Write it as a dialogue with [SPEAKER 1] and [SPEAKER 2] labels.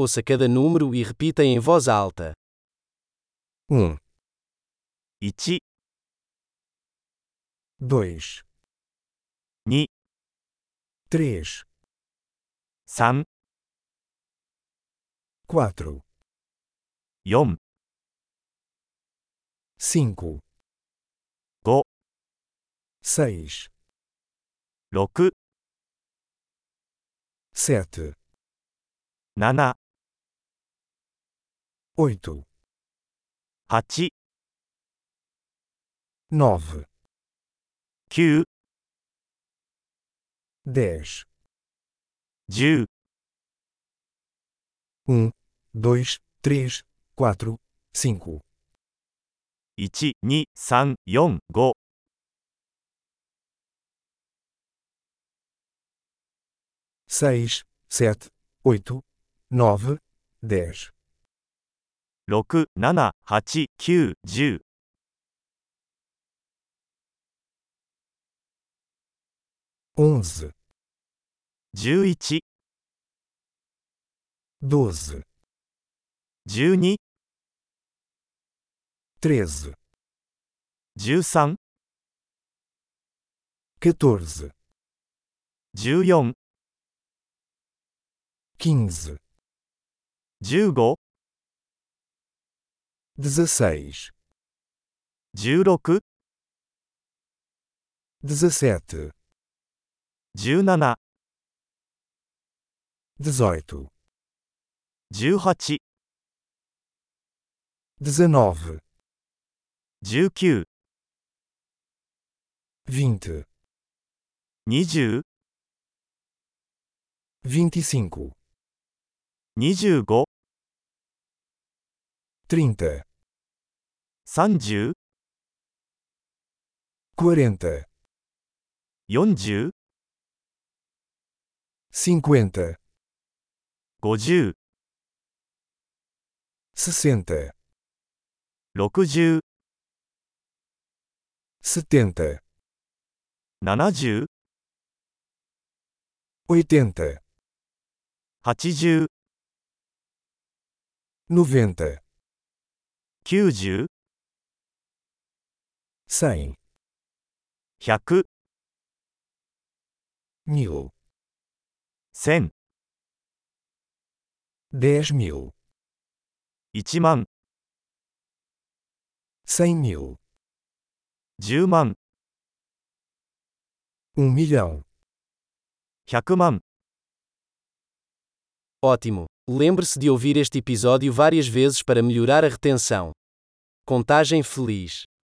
[SPEAKER 1] Ouça cada número e repita em voz alta.
[SPEAKER 2] 1,
[SPEAKER 3] 1、
[SPEAKER 2] 2,
[SPEAKER 3] 2、
[SPEAKER 2] 3,
[SPEAKER 3] 3、
[SPEAKER 2] 4,
[SPEAKER 3] 4、
[SPEAKER 2] 5,
[SPEAKER 3] 5、
[SPEAKER 2] 6,
[SPEAKER 3] 6、
[SPEAKER 2] 7,
[SPEAKER 3] 7、
[SPEAKER 2] 8,
[SPEAKER 3] 8、
[SPEAKER 2] 9,
[SPEAKER 3] 9、
[SPEAKER 2] 10,
[SPEAKER 3] 10、
[SPEAKER 2] 1, 2, 3, 4, 5,
[SPEAKER 3] 1、2、3、4、5、
[SPEAKER 2] 6, 7, 8, 9, 10,
[SPEAKER 3] 6、7、8、9、10、
[SPEAKER 2] 11,
[SPEAKER 3] 11、
[SPEAKER 2] 12,
[SPEAKER 3] 12、
[SPEAKER 2] 13,
[SPEAKER 3] 13、
[SPEAKER 2] 14,
[SPEAKER 3] 14、
[SPEAKER 2] 15,
[SPEAKER 3] 15、
[SPEAKER 2] 16,
[SPEAKER 3] 16、
[SPEAKER 2] 17,
[SPEAKER 3] 17、
[SPEAKER 2] 18,
[SPEAKER 3] 18、
[SPEAKER 2] 19,
[SPEAKER 3] 19、
[SPEAKER 2] 20,
[SPEAKER 3] 20、
[SPEAKER 2] 25,
[SPEAKER 3] 25、
[SPEAKER 2] 30,
[SPEAKER 3] 30、
[SPEAKER 2] 40,
[SPEAKER 3] 40、
[SPEAKER 2] 50, 60,
[SPEAKER 3] 50、60、
[SPEAKER 2] 70,
[SPEAKER 3] 70、
[SPEAKER 2] 80,
[SPEAKER 3] 80、
[SPEAKER 2] 90,
[SPEAKER 3] 90、
[SPEAKER 2] 100,
[SPEAKER 3] 100、
[SPEAKER 2] 1000,
[SPEAKER 3] 1000、
[SPEAKER 2] dez mil,
[SPEAKER 3] 1万、
[SPEAKER 2] cem mil,
[SPEAKER 3] 10万、
[SPEAKER 2] um milhão.
[SPEAKER 3] 100万。
[SPEAKER 1] Ótimo! Lembre-se de ouvir este episódio várias vezes para melhorar a retenção. Contagem feliz.